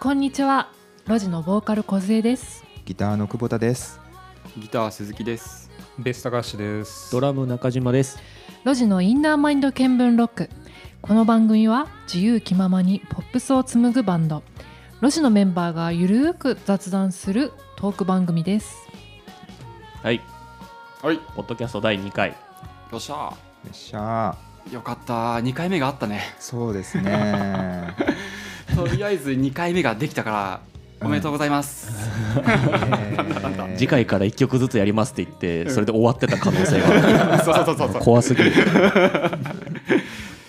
こんにちは路地のボーカル梢ですギターの久保田です。ギター鈴木です。ベース高橋です。ドラム中島です。路地のインナーマインド見聞ロックこの番組は自由気ままにポップスを紡ぐバンド路地のメンバーがゆるーく雑談するトーク番組ですはい、はい。よポッドキャスト第2回。っしゃよっしゃー。よかった。2回目があった ね。ー。そうですね。とりあえず2回目ができたから、おめでとうございます。えー次回から1曲ずつやりますって言って、それで終わってた可能性 がそうそうそうそうそう。怖すぎる。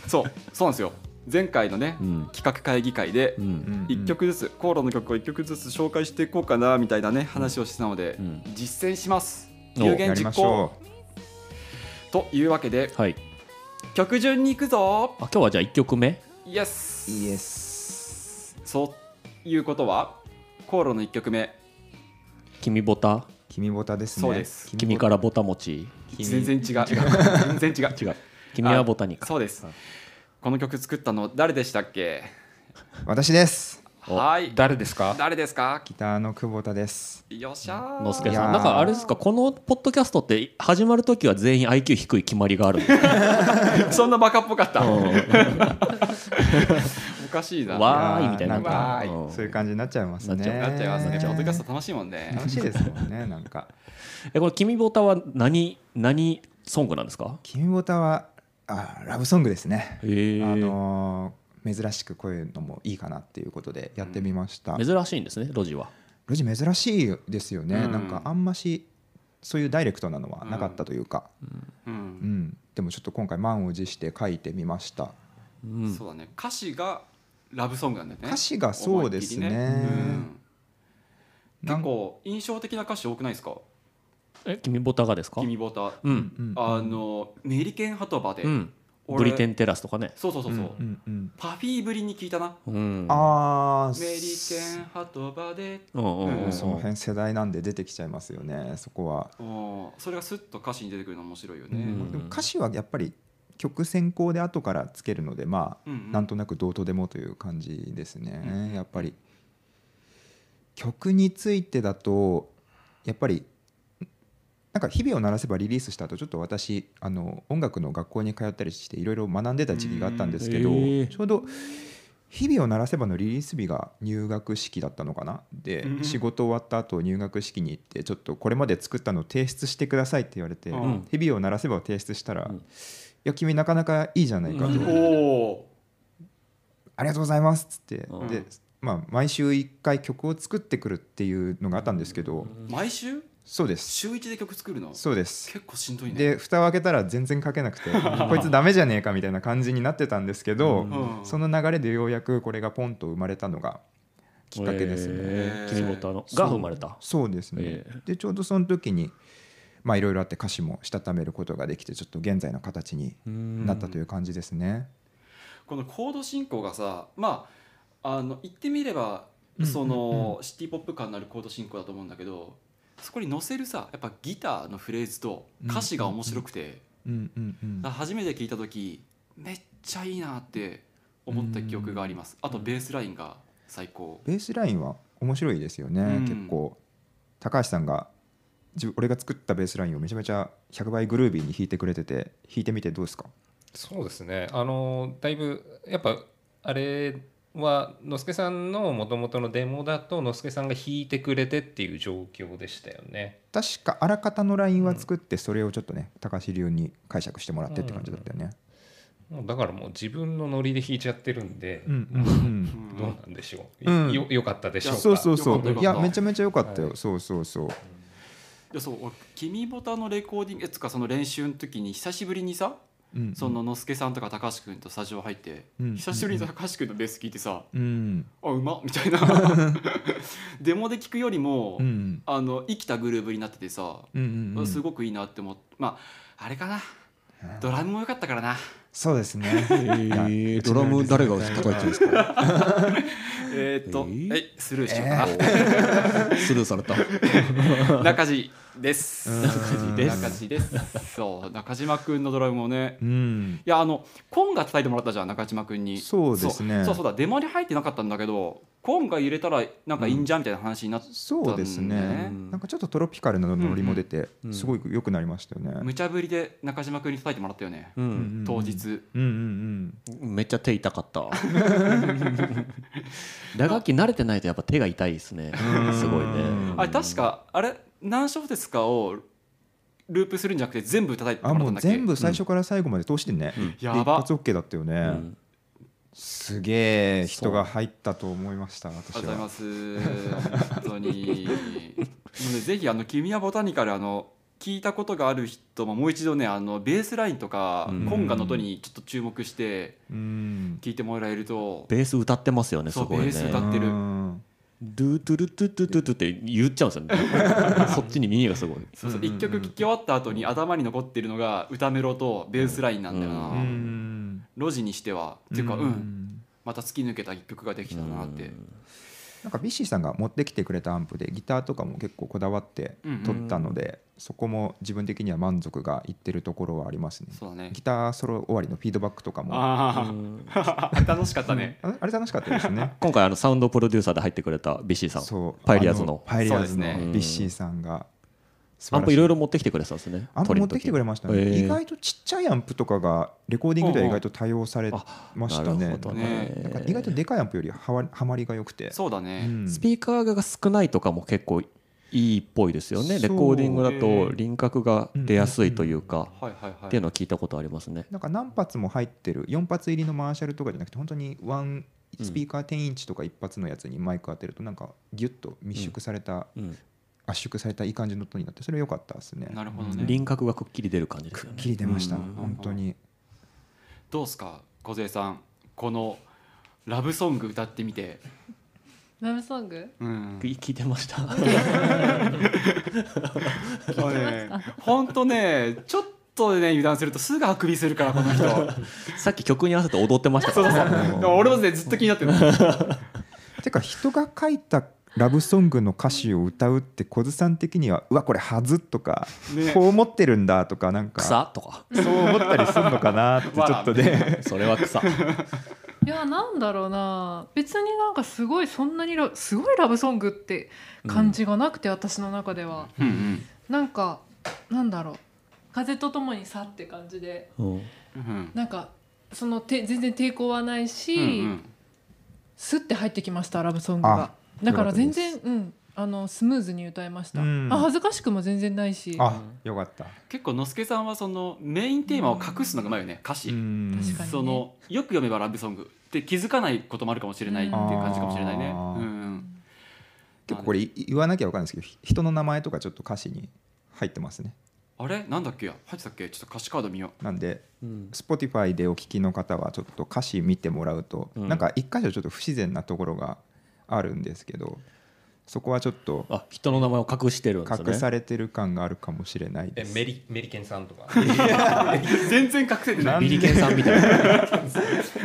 そう、そうなんですよ。前回のね、うん。企画会議会でう、。うんん1曲ずつ、コーラの曲を1曲ずつ紹介していこうかな、みたいなね、話をしてたので、うん実践します。お有や言りま実しょ行。というわけで、はい。曲順に行くぞあ今日はじゃあ1曲目イエスう。イエス。スそういうことは、コーラの1曲目、君ボタ君ボタですね。そうです君からボタ持ち全然違う。 全然違う。違う。君はボタニカ。そうです。この曲作ったの誰でしたっけ？私です。おはい。誰ですか？誰ですか？ギターの久保田です。よっしゃー。のすけいやさーん。なんかあれですか、このポッドキャストって始まるときは全員 IQ 低い決まりがあるんですねそんなバカっぽかった。 おうかしいな。んわーいみたいいな。やーなんかなんかわーうんそういう感じになっちゃいますね。なっちゃうなっちゃいますね。えポーッドキャスト楽しいもんね。楽しいですもんね、なんか。えこれ君ボタは何何ソングなんですか？君ボタは、あ、ラブソングですね。へあえのー珍しくこういうのもいいかなっていうことでやってみました。珍しいんですね路地は。路地珍しいですよね、うんなんかあんましそういうダイレクトなのはなかったというか、ううんん。でもちょっと今回満を持して書いてみましたうんそうだね。歌詞がラブソングなんだよね。歌詞がそうですね思いっきりうんな結ん構印象的な歌詞多くないですか？え君ボタがですか？君ボタ。うんうん。あのメリケンハトバでう。ん。ブ俺リテンテラスとかね。そうそうそうそううんうんパフィーぶりに聞いたな。うん。あーメリケンハトバで。うんうんうんううんん。その辺世代なんで出てきちゃいますよねそこは、おーそれがスッと歌詞に出てくるの面白いようね。んでも歌詞はやっぱり曲先行で後からつけるのでまあ、うんうんなんとなくどうとでもという感じですね、やっぱり曲についてだとやっぱりなんか日々を鳴らせばリリースした後ちょっと私あの音楽の学校に通ったりしていろいろ学んでた時期があったんですけど、うんへえちょうど日々を鳴らせばのリリース日が入学式だったのかなで、うんうん仕事終わった後入学式に行ってちょっとこれまで作ったのを提出してくださいって言われて、うん日々を鳴らせばを提出したら、うんいや君なかなかいいじゃないかと、うんおお。ありがとうございますっつって、うんで、まあ、毎週1回曲を作ってくるっていうのがあったんですけど、毎週そうです週一で曲作るのそうです結構しんどいねで蓋を開けたら全然書けなく てこいつダメじゃねえかみたいな感じになってたんですけど、うんその流れでようやくこれがポンと生まれたのがきっかけですね。へー君ボタのそうが生まれた。そうですね、ええでちょうどその時にまあいろいろあって歌詞もしたためることができてちょっと現在の形になったという感じですね。このコード進行がさまああの言ってみればうんそうんのシティポップ感のあるコード進行だと思うんだけどそこに載せるさやっぱギターのフレーズと歌詞が面白くてうんうんうんだから初めて聞いた時めっちゃいいなって思った記憶がありますあとベースラインが最高ベースラインは面白いですよね、うん結構高橋さんが自分俺が作ったベースラインをめちゃめちゃ100倍グルービーに弾いてくれてて弾いてみてどうですかそうですね。あのだいぶやっぱあれはのすけさんの元々のデモだとのすけさんが弾いてくれてっていう状況でしたよね。確かあらかたのラインは作ってそれをちょっとね高橋流に解釈してもらってって感じだったよね。もうだからもう自分のノリで弾いちゃってるんで、うんうんもううんうんどうなんでしょう。うんよよかったでしょうか。そうそうそよかっうたいやめちゃめちゃ良かったよ、はいそうそうそういやそう俺君ボタのレコーディングつうかその練習の時に久しぶりにさうんそののすけさんとか高橋君とスタジオ入って、うん久しぶりに高橋君のベース聞いてさ、うんあうまっみたいな デモで聞くよりも、うんあの生きたグルーブになっててさ、うんうんうんすごくいいなって思ってまああれかなドラムも良かったからなそうですねいやドラム誰が叩いてるんですか？えーっとえーえスルーしようかな、スルーされた。中地ですうん中地です中地ですそう中島君のドラムもねうんいやあのコンが叩いてもらったじゃん中島君にそうですねそうそうそうだデモに入ってなかったんだけど今回入れたらなんかいいんじゃんみたいな話になって、そうですねうんなんかちょっとトロピカルなノリも出て、うんすごい良くなりましたよね、無茶ぶりで中島君に叩いてもらったよね、ううんん、当日うんうんめっちゃ手痛かった打楽器慣れてないとやっぱ手が痛いですねすごいねあれ確かあれ何小節かをループするんじゃなくて全部叩いてうんあもらもったんうだっけ全部最初から最後まで通してね、でや一ば発 OK だったよね、うんすげえ人が入ったと思いました私あはりがとうございます本当になのでぜひあの「君はボタニカル」あの聞いたことがある人ももう一度ねあのベースラインとか、うんコンガの音にちょっと注目してうん聞いてもらえるとベース歌ってますよねすそうごいねベース歌ってるうんドゥトゥルトゥトゥトゥトゥって言っちゃうんですよねそっちに耳がすごいそうそううんうんう1ん曲聴き終わった後に頭に残ってるのが歌メロとベースラインなんだよな、ううん路地にしてはっていうかうん、んまた突き抜けた一曲ができたなって、なんかビッシーさんが持ってきてくれたアンプでギターとかも結構こだわって撮ったので、そこも自分的には満足がいってるところはありますねそうだねギターソロ終わりのフィードバックとかもああうんあ楽しかったね、あれ楽しかったです ね今回あのサウンドプロデューサーで入ってくれたビッシーさんそうパイリアーズのあパイリアーズのそうですねビッシーさんが素晴アらしンプいろいろ持ってきてくれてたんですねアンプ持ってきてくれましたね、えー意外とちっちゃいアンプとかがレコーディングでは意外と対応されましたなねるほどねねなんか意外とでかいアンプよりはわはまりが良くてそうだうね、んスピーカーが少ないとかも結構いいっぽいですよねそうレコーディングだえとえ輪郭が出やすいというかはいはいはっいていうのを聞いたことありますねなんか何発も入ってる4発入りのマーシャルとかじゃなくて本当にワンうんスピーカー10インチとか一発のやつにマイク当てるとなんかギュッと密縮された、うん圧縮されたいい感じの音になってそれ良かったですねなるほどね輪郭がくっきり出る感じですくよっねきり出ました、うん本当にどうすか小杉さんこのラブソング歌ってみて、ラブソングうん聞いてました本当ねちょっとね油断するとすぐあくびするからこの人 さっき曲に合わせて踊ってましたからでも俺もねずっと気になってるてか人が書いたラブソングの歌詞を歌うって小津さん的にはうわこれはずとか、ねこう思ってるんだとかなんか草とかそう思ったりするのかなってちょっとね それは草いやなんだろうな別になんかすごいそんなにラすごいラブソングって感じがなくて、私の中ではうんうんなんかなんだろう風とともにさって感じでううんんなんかそのて全然抵抗はないし、うんスッて入ってきましたラブソングがだから全然うんあのスムーズに歌えました、うんあ恥ずかしくも全然ないしあよかった結構のすけさんはそのメインテーマを隠すのがうまいよね歌詞、うん確かにそのよく読めばラブソングって気づかないこともあるかもしれないっていう感じかもしれないね、ううあんんーうん、結構これい言わなきゃ分かんないですけどひ人の名前とかちょっと歌詞に入ってますねあれなんだっけ入ってたっけちょっと歌詞カード見よなんでうん、 Spotify でお聴きの方はちょっと歌詞見てもらうと、うんなんか一箇所ちょっと不自然なところがあるんですけどそこはちょっとあ人の名前を隠してるんですね隠されてる感感があるかもしれないでえすメリメリケンさんとかう 全然隠せてないなんビリケンさんみたいな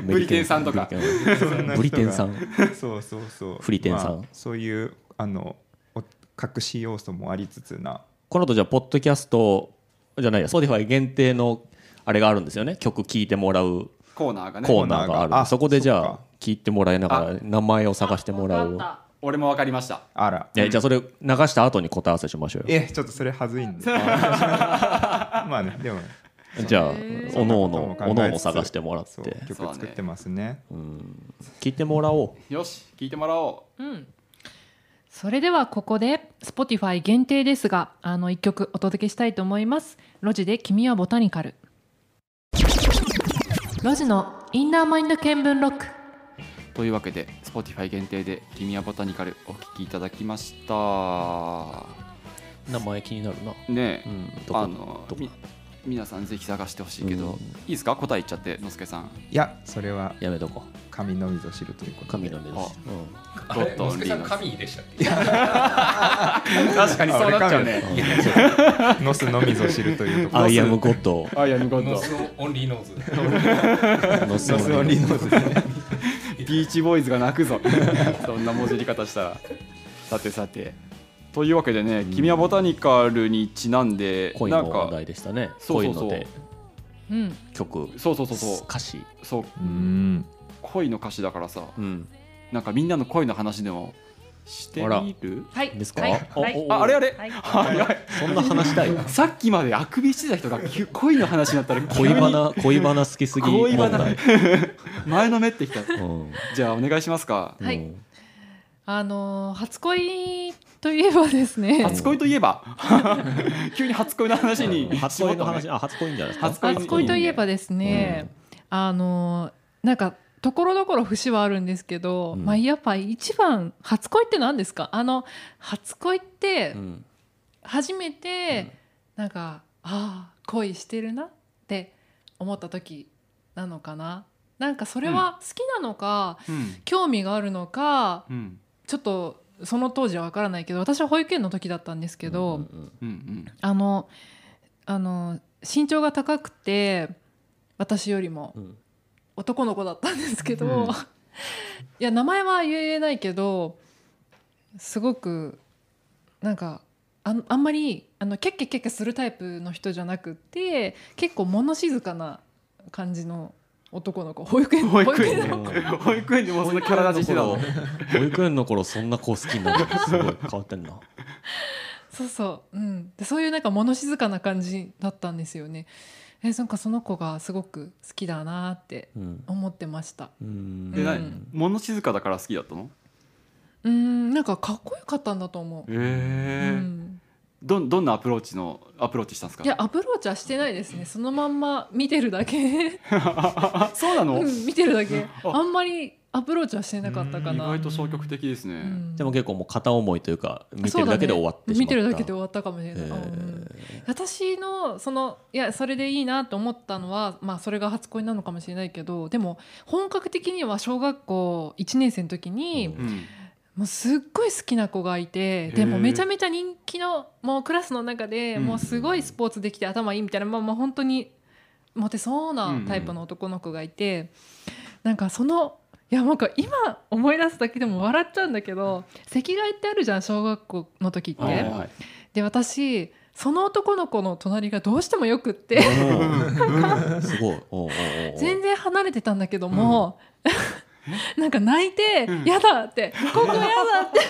ブリケンさんとかブリケンさんそんな人がブリテンさん そうそうそうフリテンさんそういうあのお隠し要素もありつつなこの後じゃあポッドキャストじゃないや Spotify 限定のあれがあるんですよね曲聴いてもらうコーナーがねコーナーがあるんであそこでじそっゃあか聞いてもらいながら名前を探してもらうわか俺も分かりましたあらえじゃあそれ流した後に答え合わせしましょうよえちょっとそれはずいんで まあねでもねじゃあえーおのおそんのなことも考えつつおのおの探してもらっそうて曲作ってますね聞いてもらおうよし聞いてもらおったうんそれではここで Spotify 限定ですがあの一曲お届けしたいと思いますロジで君はボタニカルロジのインナーマインド見聞録うというわけで Spotify 限定で「君はボタニカル」お聞きいただきました名前気になるなねえ、うんどあこのどこみ皆さんぜひ探してほしいけど、うんいいですか答え言っちゃってのすけさんいやそれはやめとこ神のみぞ知るということで神の目ですあれのすけさんの神でしたっけ確かにそうなっちゃうね ノスのみぞ知るというところアイアムゴッドあいや今ノスオンリーノーズノスノスオ ンリーノーズですねビーチボーイズが泣くぞ そんなもじり方したらさてさてというわけでね「君はボタニカル」にちなんで恋なのん話か題でしたねそうそ恋うそうの手うん曲そうそうそうそう歌詞そううん恋の歌詞だからさうんなんかみんなの声の話でもしてあらみるはいですかはいあはいおおああれあれはい早いそんな話したいさっきまであくびしてた人が急恋の話になったら急恋にバナ恋バナ好きすぎ恋バナ問題前のめってきたうんじゃあお願いしますかはいうんあのー初恋といえばですね初恋といえ ば急に初恋の話に初恋の話絞っあ初恋じゃないですか初恋初恋といえばですね、あのーなんかところどころ節はあるんですけど、うんまあやっぱ一番初恋って何ですかあの初恋ってたねうん初めてなんか、ああ恋してるなって思った時なのかななんかそれは好きなのか、うん興味があるのかうんちょっとその当時は分からないけど私は保育園の時だったんですけど、うんうんうんうんあのあの身長が高くて私よりもうん男の子だったんですけど、いうんや名前は言えないけどすごくなんかあんあんまりあのキャッキャッキャッキャするタイプの人じゃなくて結構物静かな感じの男の子保育園保育園保で育保育保園育園でもそのキャラ立ちしてたの保育園の頃そんな子好きになるのすごい変わってんなそうそう、うん、でそういうなんか物静かな感じだったんですよねえなんかその子がすごく好きだなってうん思ってましたうんでな何い物静かだから好きだったのうーんなんかかっこよかったんだと思う、うへえん、どんどんなアプローチのアプローチしたんですかいやアプローチはしてないですねそのまんま見てるだけ、あそうなの、う意ん、見てるだけああんまりアプローチはしてなかったかな外と消極的ですね、うんでも結構もう片思いというか見てそうるだねけで終わってしまった見てるだけで終わったかもしれない、えあうんー私のそのいやそれでいいなと思ったのは、まあ、それが初恋なのかもしれないけどでも本格的には小学校1年生の時に、うんうんもうすっごい好きな子がいてへえでもめちゃめちゃ人気のもうクラスの中でうんもうすごいスポーツできて頭いいみたいな、まあ、まあ本当にモテそうなタイプの男の子がいて、なんかそのいやなんか今思い出すだけでも笑っちゃうんだけど席替えってあるじゃん小学校の時って。はいはいで私その男の子の隣がどうしてもよくって。おーすごいおーおーおーおー全然離れてたんだけども、 なんか泣いてうん「やだ!」って「ここやだ!」って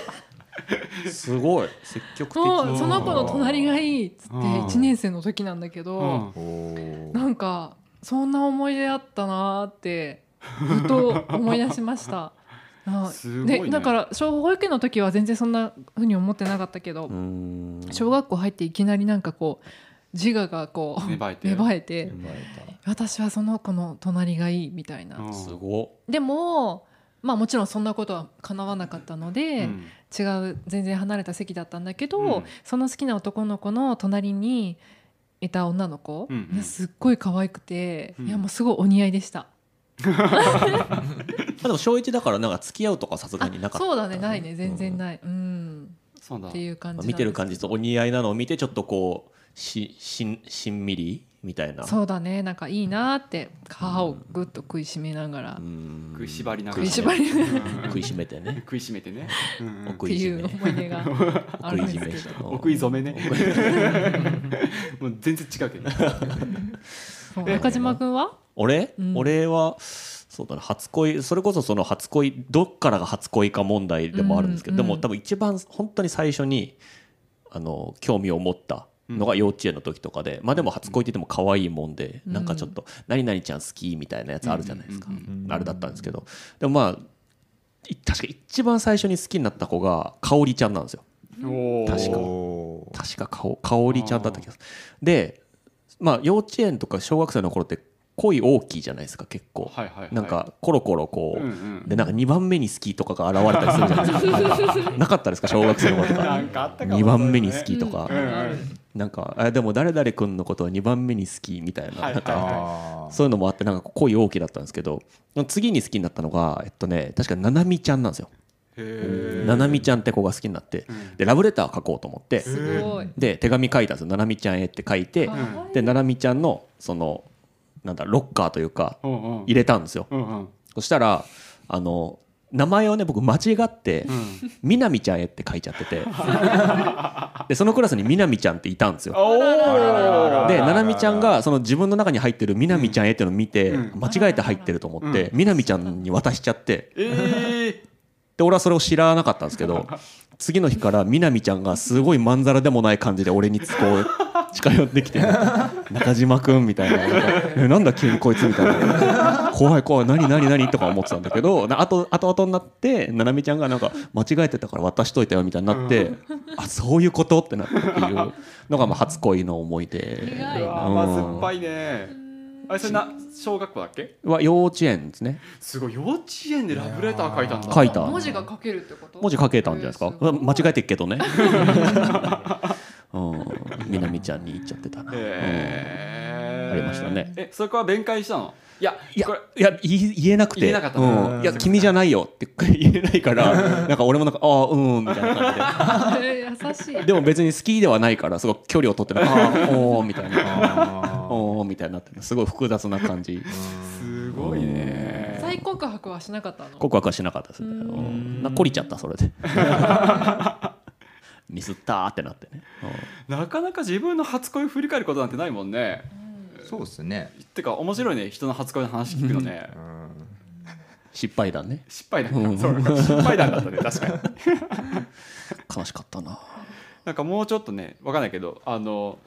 すごい積極的もうその子の隣がいいいっつってうん1年生の時なんだけど、おーなんかそんな思い出あったなーってふと思い出しました。あすごいねでだから小保育園の時は全然そんな風に思ってなかったけど、うん小学校入っていきなりなんかこう自我がこ芽生えうて芽生えて、生まれ私はその子の隣がいいみたいな、うんたすごでもまあもちろんそんなことは叶わなかったのうで、ん違う全然離れた席だったんだけど、うんその好きな男の子の隣にいた女の子、うんうんすっごい可愛くて、うんいやもうすごいお似合いでした、いあでも小一だからなんか付き合うとかさすがあになかったそうだねないね全然いない、うんそうだっていう感じなんです見てる感じとお似合いなのを見てちょっとこうししんしんみりみたいなそうだねなんかいいなーって歯をグッと食いしめながら、うん食いしばりなが食らいしばりながら食いしめてね食いしめてね、うんうんおっ食ていしいめう思い出があるんですけどおお食い初めね食いもう全然違うけどそう中島君は俺、うん俺はそうだな初恋それこそその初恋どっからが初恋か問題でもあるんですけうど、んうんでも多分一番本当に最初にあの興味を持ったのが幼稚園の時とかで、まあでも初恋って言っても可愛いもんで、うんなんかちょっと「何々ちゃん好き」みたいなやつあるじゃないですか、うんうんうんあれだったんですけどでもまあい確か一番最初に好きになった子が香織ちゃんなんですよおー確かおー確かかお香織ちゃんだった気がするでまあ幼稚園とか小学生の頃って恋大きいじゃないですか結構、はいはいはいなんかコロコロこう、うんうんでなんか2番目に好きとかが現れたりするじゃないで すかなかったですか小学生の頃となかんかあったかも2番目に好きとか、うんうんはいなんかあでも誰々君のことは2番目に好きみたいな,、はいなんかあーそういうのもあってなんか恋大きいだったんですけど次に好きになったのがえっとね確かななみちゃんなんですよへーななみちゃんって子が好きになってうんでラブレター書こうと思ってすごいで手紙書いたんですよ「ななみちゃんへ」って書いて可愛いでななみちゃんのそのなんだロッカーというかうんうん入れたんですようんうんそしたらあの名前をね僕間違ってうん「みなみちゃんへ」って書いちゃっててでそのクラスにみなみちゃんっていたんですよおーでななみちゃんがその自分の中に入ってるみなみちゃんへっていうのを見てうん間違えて入ってると思ってうみなみちゃんに渡しちゃってえーで俺はそれを知らなかったんです けど次の日からみなみちゃんがすごいまんざらでもない感じで俺にこう近寄っ てきて「中島君」みたいななんかえ「なんだ急にこいつ」みたいな「怖い怖い何何何?」とか思ってたんだけどなあと後々になってななみちゃんがなんか間違えてたから渡しといたよみたいになって、あそういうことってなったっていうのがまあ初恋の思い出意う外わうんまあ酸っぱいねあれそれな小学校だっけは幼稚園ですねすごい幼稚園でラブレター書いたんだ書いた文字が書けるってこと文字書けたんじゃないですか、えーご間違えてっけ どねうん南ちゃんに言っちゃってたな、へえありましたねえそこは弁解したのいやいやこれいや言い言えなくて言えなかったうん、いや君じゃないよって言えな いからなんか俺もなんかああうんみたいな感えー優しいじででも別に好きではないからすごく距離を取ってああおおみたいなあーおおみたいになってるすごい複雑な感じすごいね再告白はしなかったの告白はしなかったですねううんんな懲りちゃったそ れでミスったーってなってね、なかなか自分の初恋を振り返ることなんてないもんねそうですね。てか面白いね人の初恋の話聞くのねうんうん失敗談ね失敗談そうか失敗談だったね確かに悲しかったななんかもうちょっとねわかんないけどあの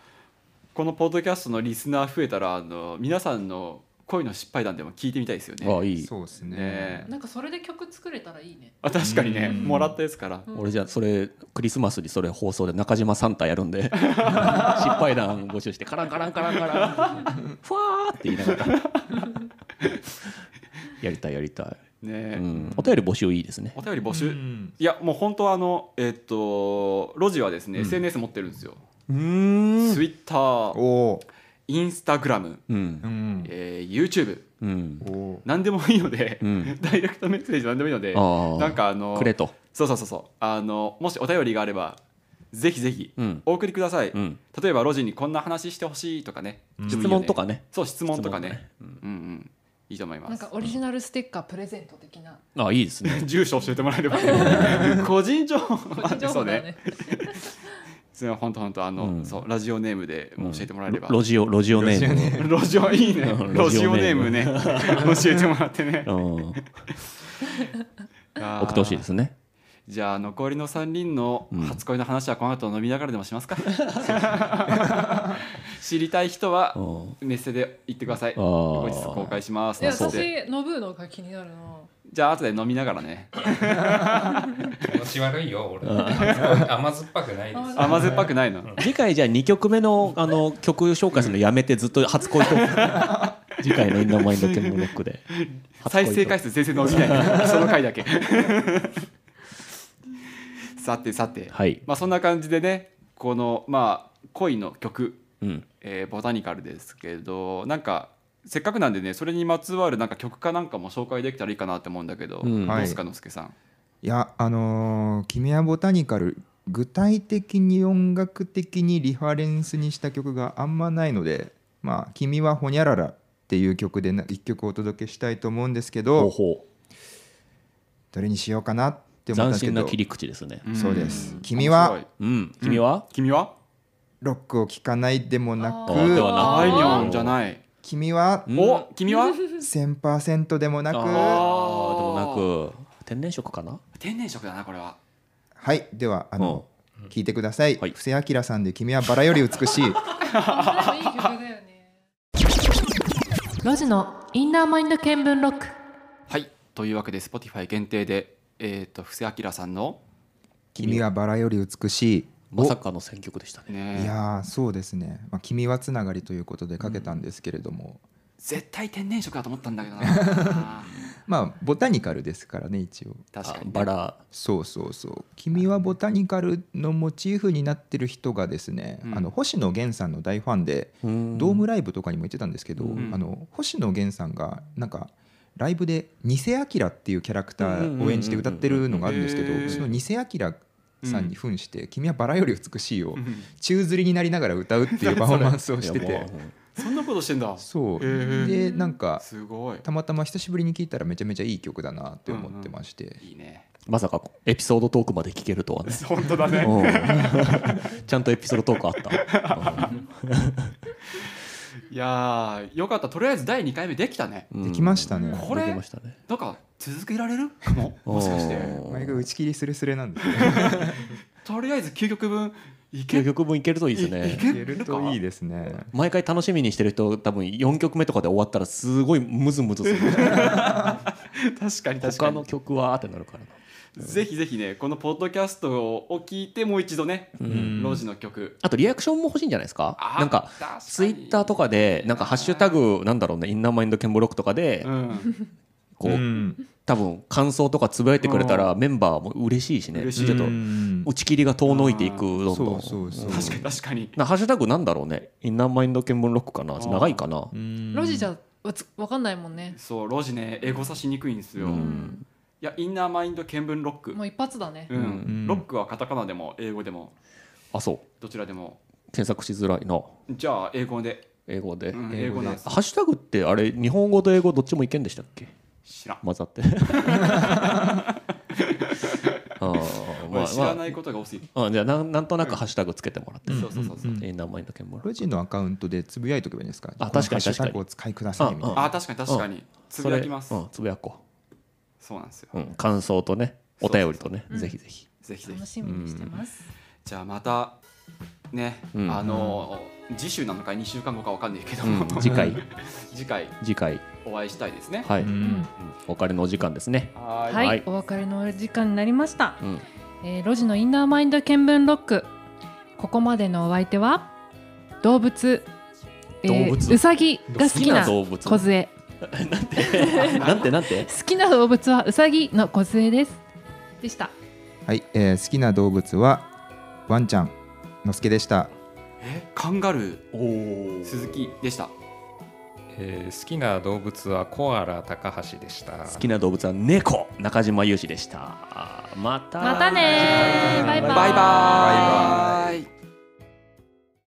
このポッドキャストのリスナー増えたらあの皆さんの恋の失敗談でも聞いてみたいですよねあいいそうですねね。なんかそれで曲作れたらいいねあ確かにねうんもらったやつから俺じゃあそれクリスマスにそれ放送で中島サンタや るんで失敗談募集してカランカランカランカランふわーって言いな がらやりたいやりたい、うねん、お便り募集いいですねお便り募う集んいやもう本当はあのえっとロジはですねうん SNS 持ってるんですようんツイッターおお。インスタグラムううんん。えー YouTube うんおお。何でもいいのでうん ダイレクトメッセージ何でもいいのであーなんかあのくれとそうそうそうそうあのもしお便りがあればぜひぜひうんお送りください、うん例えばロジにこんな話してほしいとかねうんでもいい質よね問とかねそう質問とかね質問とうんうんいいと思いまなんすかオリジナルステッカープレゼント的なねあいいですね 住所教えてもらえ れば個人情個報人情そ報うだよねねそう本当本当あの、うんそうラジオネームでうんも教えてもらえれば、ロジオロジオネー ムロジオいいねうんロジオネームね 教えてもらってねうん送送ってほしいですねじゃあ残りの3人のうん初恋の話はこの後飲みながらでもしますか 知りたい人はうんメッセで言ってくださいあー後日公開しますいやなんて私ノブーのが気になるなじゃあ後で飲みながらね気持ち悪いよ俺甘酸っぱくないですあ甘酸っぱくないの次回じゃあ2曲目のあの曲紹介するのやめてずっと初恋と次回の「インナーマインドテンブロックで再生回数数全然伸びないその回だけさてさて、はい、まあ、そんな感じでねこの、まあ、恋の曲、うん、えーボタニカルですけどなんかせっかくなんでねそれにまつわるなんか曲かなんかも紹介できたらいいかなって思うんだけど、うんどうすはかいのすけさんいやあのー「君はボタニカル」具体的に音楽的にリファレンスにした曲があんまないので「まあ、君はほにゃらら」っていう曲でな一曲お届けしたいと思うんですけ方ど法どれにしようかなって思ったんで斬すけ新など切り口ですねそうですん君は面白いうん君は、君はロックを聴かないでもなあーでくはあいみょうんんじゃない「君はうんお君は1000%でもなく」あーでもなく天然色かな天然色だなこれははいではあの聞いてくださいはい布施明さんで「君はバラより美 しい」あでもいい曲だよねロジのインナーマインド見聞録はいというわけで Spotify 限定でえっ、と布施明さんの「君はバラより美しい」まさかの選曲でしたねねいやーそうですね、まあ、君はつながりということでかけたんですけれども、絶対天然色だと思ったんだけど なまあボタニカルですからね一応確かあに、ね、バラそうそうそう「君はボタニカル」のモチーフになってる人がですね、うんあの星野源さんの大ファンで、ドドーームライブとかにも行ってたんですけど、うんあの星野源さんがなんかライブで「ニセアキラ」っていうキャラクターを演じて歌ってるのがあるんですけうんうんうんうどんそのニセアキラさんに扮して「君はバラより美しい」をうん宙吊りになりながら歌うっていうパフォーマンスをして て。 そんなことしてんだそう、へでなんかすごいたまたま久しぶりに聴いたらめちゃめちゃいい曲だなって思ってまして、いいねまさかエピソードトークまで聞けるとはね本当だね うんちゃんとエピソードトークあった、うんいいやーよかったとりあえず第2回目できたねうんできましたねこれできましたねなんか続けられ るかももしかしておー毎回打ち切りスレスレなんですよとりあえず究極分いけ9曲分いけるといいですいいねけいけるるかといいですね毎回楽しみにしてる人多分4曲目とかで終わったらすごいムズムズす る確かに確か他にの曲はってなるからなぜひぜひねこのポッドキャストを聞いてもう一度ね、んロジの曲あとリアクションも欲しいんじゃないですかあなんか確かにツイッターとかでなんかハッシュタグなんだろうねインナーマインドケンブロックとかでうん、こう、うん多分感想とかつぶやいてくれたらメンバーも嬉しいしね嬉しいちょっとうん打ち切りが遠のいていくどんどそんうそうそう確かに確かになハッシュタグなんだろうねインナーマインドケンブロックかなー長いかなうんロジじゃわつわかんないもんねそうロジねエゴさしにくいんですよ、ういんやインナーマインド見聞ロックもう一発だねうんうんロックはカタカナでも英語でもあそうどちらでも検索しづらいなじゃあ英語で、英語で、うん、英英語語でなんですハッシュタグってあれ日本語と英語どっちもいけんでしたっけ知らん、混ざってあーま俺知らあなまいことが多すぎる、ああじゃあなんなんとなくハッシュタグつけてもらって、そうそうそうそう、うんインナーマインドケンブロックロジのアカウントでつぶやいとけばいいんですかあ確かこのにハッシュタ確かにグをお使いくださいみたいうんなあ確かに確かにつぶやきますそそ,、れうん、つぶやこうなんですよ、う、うん、感想とねお便りとねそうそうそうぜひぜひぜひぜひ楽しみにしてますじゃあまたね、うんあの次週なのか2週間後かわかんないけど、 うん次回次回次回お会いしたいですねはい、ううんんお別れのお時間ですね、はーいはい、はいお別れのお時間になりました、うん、えー、ロジのインナーマインド見聞ロックここまでのお相手は動物動物うさぎが好きな動物小杖なんてなんて好きな動物はうさぎの小杖ですでしたはいえー好きな動物はワンちゃんのすけでしたえカンガルーおお鈴木でしたえー好きな動物はコアラ高橋でした好きな動物は猫中島裕司でしたまたまたねーバイバーイバイバーイ